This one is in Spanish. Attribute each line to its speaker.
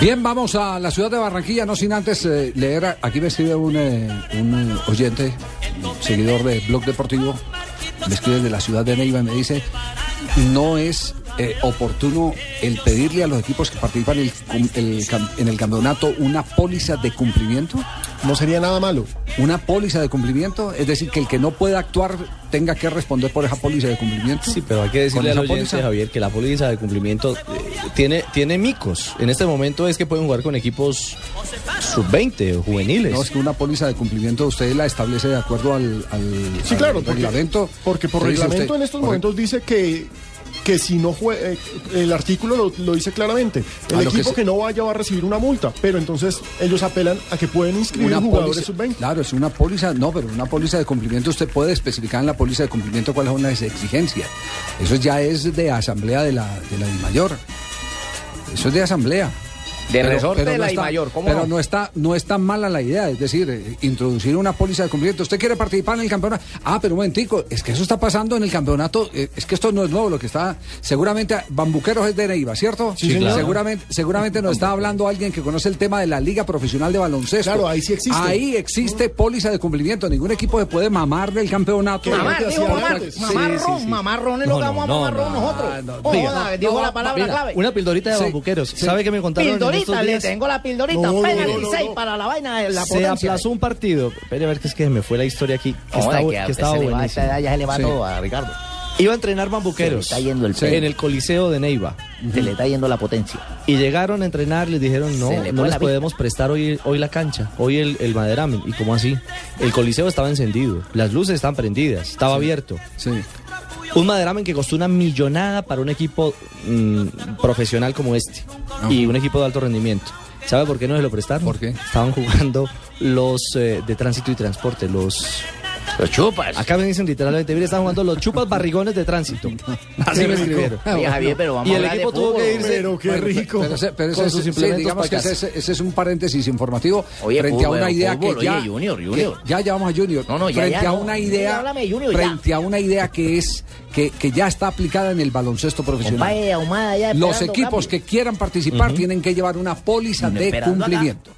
Speaker 1: Bien, vamos a la ciudad de Barranquilla, no sin antes eh, leer, a- aquí me escribe un, eh, un, eh, oyente, un seguidor de Blog Deportivo, me escribe desde la ciudad de Neiva y me dice, no es eh, oportuno el pedirle a los equipos que participan el cum- el cam- en el campeonato una póliza de cumplimiento,
Speaker 2: No sería nada malo.
Speaker 1: una póliza de cumplimiento, es decir, que el que no pueda actuar tenga que responder por esa póliza de cumplimiento.
Speaker 3: Sí, pero hay que
Speaker 1: ¿Con
Speaker 3: decirle al
Speaker 1: esa
Speaker 3: oyente,
Speaker 1: póliza?
Speaker 3: Javier, que la póliza de cumplimiento eh, tiene, tiene micos. En este momento es que pueden jugar con equipos sub-20 o juveniles.
Speaker 1: No, es que una póliza de cumplimiento usted la establece de acuerdo al, al-
Speaker 2: Sí,
Speaker 1: al
Speaker 2: claro, porque,
Speaker 1: reglamento.
Speaker 2: porque por
Speaker 1: Sí, dice
Speaker 2: reglamento
Speaker 1: usted,
Speaker 2: en estos
Speaker 1: correcto.
Speaker 2: momentos dice que, que si no juega, el artículo lo, lo dice claramente, el
Speaker 1: A Ah, lo que
Speaker 2: equipo
Speaker 1: se-
Speaker 2: que, no vaya va a recibir una multa, pero entonces ellos apelan a que pueden inscribir
Speaker 1: Una
Speaker 2: jugadores
Speaker 1: póliza,
Speaker 2: sub-20.
Speaker 1: claro, es una póliza, no, pero una póliza de cumplimiento usted puede especificar en la póliza de cumplimiento cuáles son las exigencias. Eso ya es de asamblea de la de la mayor. Eso es de asamblea.
Speaker 4: De resorte de la
Speaker 1: está-
Speaker 4: DIMAYOR, ¿cómo
Speaker 1: pero
Speaker 4: no?
Speaker 1: no está no es tan mala la idea, es decir, eh, introducir una póliza de cumplimiento. Usted quiere participar en el campeonato. Ah, pero un momentico, es que eso está pasando en el campeonato, eh, es que esto no es nuevo, lo que está seguramente Bambuqueros es de Neiva, ¿cierto?
Speaker 2: Sí, señor.
Speaker 1: Seguramente seguramente nos está hablando alguien que conoce el tema de la Liga Profesional de Baloncesto.
Speaker 2: Claro, ahí sí existe.
Speaker 1: Ahí existe póliza de cumplimiento, ningún equipo se puede mamar del campeonato.
Speaker 2: ¿Qué?
Speaker 4: Mamá,
Speaker 2: Antes
Speaker 4: dijo
Speaker 2: hacía
Speaker 4: mamá,
Speaker 2: antes.
Speaker 4: mamarrón, mamarrón es lo
Speaker 3: No,
Speaker 4: que
Speaker 3: no,
Speaker 4: vamos a
Speaker 3: no,
Speaker 4: mamarrón
Speaker 3: no,
Speaker 4: nosotros.
Speaker 1: no,
Speaker 4: Oh,
Speaker 1: diga.
Speaker 4: joda, dijo la palabra
Speaker 3: Venga,
Speaker 4: clave.
Speaker 3: Una pildorita de
Speaker 1: Sí,
Speaker 3: bambuqueros.
Speaker 1: sí.
Speaker 3: ¿Sabe qué me contaron? en
Speaker 4: Pildorita,
Speaker 3: estos
Speaker 4: le
Speaker 3: días?
Speaker 4: tengo la pildorita,
Speaker 2: No, no,
Speaker 4: apenas
Speaker 2: no, no,
Speaker 4: dieciséis
Speaker 2: no.
Speaker 4: para la vaina de la
Speaker 3: Se
Speaker 4: potencia.
Speaker 3: aplazó un partido. Espere, a ver, que es que se me fue la historia aquí. Que
Speaker 4: Joda,
Speaker 3: estaba,
Speaker 4: que a-
Speaker 3: que estaba
Speaker 4: se le va, a
Speaker 3: buenísimo.
Speaker 4: esta edad ya se le va
Speaker 1: Sí.
Speaker 4: todo a Ricardo.
Speaker 3: Iba a entrenar bambuqueros
Speaker 4: Se le está yendo el pelo.
Speaker 3: en el Coliseo de Neiva.
Speaker 4: Se le está yendo la potencia.
Speaker 3: Y llegaron a entrenar, les dijeron, no,
Speaker 4: Se le fue
Speaker 3: no les
Speaker 4: la
Speaker 3: podemos prestar hoy, hoy la cancha, hoy el, el maderamen. ¿Y cómo así? El coliseo estaba encendido, las luces estaban prendidas, estaba abierto.
Speaker 1: Sí.
Speaker 3: Un maderamen que costó una millonada para un equipo mm, profesional como este y un equipo de alto rendimiento. ¿Sabe por qué no se lo prestaron?
Speaker 1: ¿Por qué?
Speaker 3: Estaban jugando los eh, de tránsito y transporte, los...
Speaker 4: Los chupas.
Speaker 3: Acá me dicen literalmente, mire, están jugando los chupas barrigones de tránsito. Así me escribieron.
Speaker 4: Oye, Javier, pero vamos
Speaker 3: Y
Speaker 4: a
Speaker 3: el
Speaker 4: hablar de
Speaker 3: equipo tuvo que
Speaker 4: fútbol.
Speaker 3: irse.
Speaker 2: Pero qué
Speaker 1: Bueno,
Speaker 2: rico.
Speaker 1: Pero, ese, pero ese
Speaker 3: Con
Speaker 1: es-
Speaker 3: sus
Speaker 1: sí,
Speaker 3: implementos
Speaker 1: digamos que
Speaker 3: para
Speaker 1: ese, es- ese es un paréntesis informativo
Speaker 4: Oye,
Speaker 1: frente
Speaker 4: fútbol,
Speaker 1: a una idea
Speaker 4: fútbol,
Speaker 1: que ya
Speaker 4: oye, Junior,
Speaker 1: que
Speaker 4: Junior.
Speaker 1: ya llamamos a Junior
Speaker 4: No, no, ya,
Speaker 1: frente
Speaker 4: ya,
Speaker 1: a
Speaker 4: no.
Speaker 1: una
Speaker 4: Junior,
Speaker 1: idea
Speaker 4: háblame de Junior, ya.
Speaker 1: frente a una idea que es que, que ya está aplicada en el baloncesto profesional.
Speaker 4: eh, Compadre, ahumada ya
Speaker 1: Los
Speaker 4: esperando
Speaker 1: equipos
Speaker 4: cambio.
Speaker 1: que quieran participar tienen que llevar una póliza de
Speaker 4: Esperando acá.
Speaker 1: cumplimiento.